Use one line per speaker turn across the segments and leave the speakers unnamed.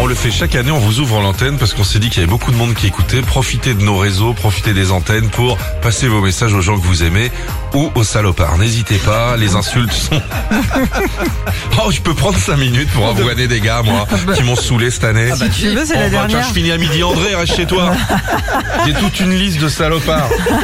On le fait chaque année, on vous ouvre l'antenne parce qu'on s'est dit qu'il y avait beaucoup de monde qui écoutait. Profitez de nos réseaux, profitez des antennes pour passer vos messages aux gens que vous aimez ou aux salopards. N'hésitez pas, les insultes sont... Oh, je peux prendre 5 minutes pour avouer des gars, moi, qui m'ont saoulé cette année.
Si Ah tu veux, c'est
Oh,
la
bah, tiens,
dernière.
je finis à midi, André, reste chez toi. J'ai toute une liste de salopards.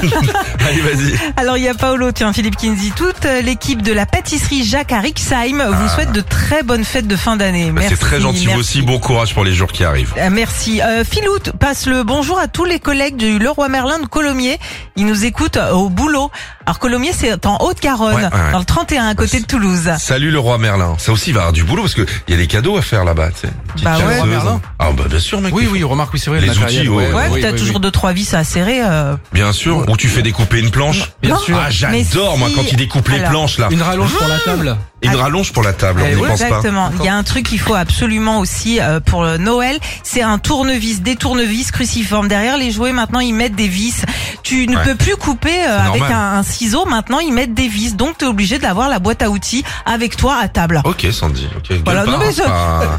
Allez, vas-y. Bah,
Alors, il y a Paolo, tiens, Philippe Kinsey, toute euh, l'équipe de la pâtisserie Jacques à Rixheim vous souhaite de très bonnes fêtes de fin d'année.
Ah. Bah,
Merci.
C'est très gentil, vous
merci.
aussi. Bon courage pour les jours qui arrivent.
Euh, Merci. Euh, Filoute, passe le bonjour à tous les collègues du Leroy Merlin de Colomiers. Ils nous écoutent euh, au boulot. Alors Colomiers, c'est en Haute-Garonne,
Ouais, ouais, ouais.
dans le 31, à côté de Toulouse.
Salut le roi Merlin. Ça aussi va avoir du boulot parce que il y a des cadeaux à faire là-bas. tu sais. Petite
Bah ouais.
casseuse.
Roi Merlin.
Ah bah bien sûr mec.
Oui, oui, remarque, oui, c'est vrai.
Les
le
outils,
matériel,
ouais,
Ouais,
oui,
puis t'as toujours deux trois vis à serrer. euh,
Bien sûr. Ou tu fais découper une planche.
Bien
Non.
sûr.
Ah j'adore
Mais
moi
si.
quand ils découpent les
Alors.
planches là.
Une rallonge pour la table.
Et Une rallonge pour la table.
Eh
On n'y
ouais,
pense pas.
Exactement. Il y a un truc qu'il faut absolument aussi euh, pour le Noël, c'est un tournevis, des tournevis cruciformes. Derrière les jouets, maintenant ils mettent des vis. Tu ne
Ouais.
peux plus couper euh,
C'est
avec
normal.
un, un ciseau. Maintenant ils mettent des vis, donc t'es obligé d'avoir la boîte à outils avec toi à table.
Ok Sandy. Ok. gueule
Voilà,
pas,
non, mais
hein,
je-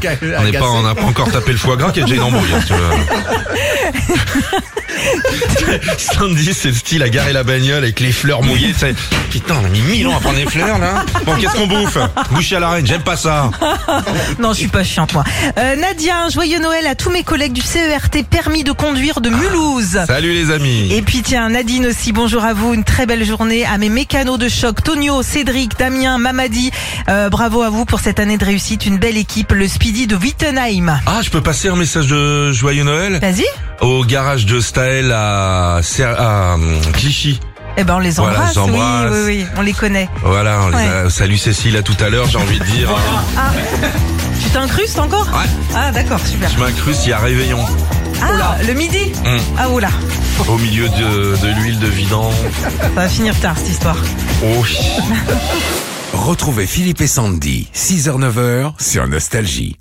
pas- On n'est pas, on n'a pas encore tapé le foie gras qui a déjà une embrouille. hein, tu vois. Sandy, c'est le style à garer la bagnole avec les fleurs mouillées. tu sais. Putain, on a mis mille ans à prendre les fleurs là. Bon, qu'est-ce qu'on bouffe Boucher à la reine, j'aime pas ça.
Non, je suis pas chiante moi. Euh, Nadia, un joyeux Noël à tous mes collègues du CERT permis de conduire
Ah,
de Mulhouse.
Salut les amis.
Et puis tiens, Nadine aussi, bonjour à vous, une très belle journée à mes mécanos de choc, Tonio, Cédric, Damien, Mamadi, Euh, bravo à vous pour cette année de réussite, une belle équipe, le Speedy de Wittenheim.
Ah, je peux passer un message de joyeux Noël
Vas-y,
au garage de Staël à, Ser- à, hum, Clichy.
eh ben on les
Voilà,
embrasse,
j'embrasse.
oui, oui, oui, on les connaît.
Voilà, on les
Ouais.
a- salut Cécile à tout à l'heure, j'ai envie de dire.
Tu t'incrustes encore
Ouais.
Ah d'accord, super.
Je m'incruste, il y a réveillon
Ah, le midi
Hum.
Ah oula,
au milieu de, de l'huile de vidange.
ça va finir tard cette histoire.
Oh.
Retrouvez Philippe et Sandy, 6h-9h sur Nostalgie.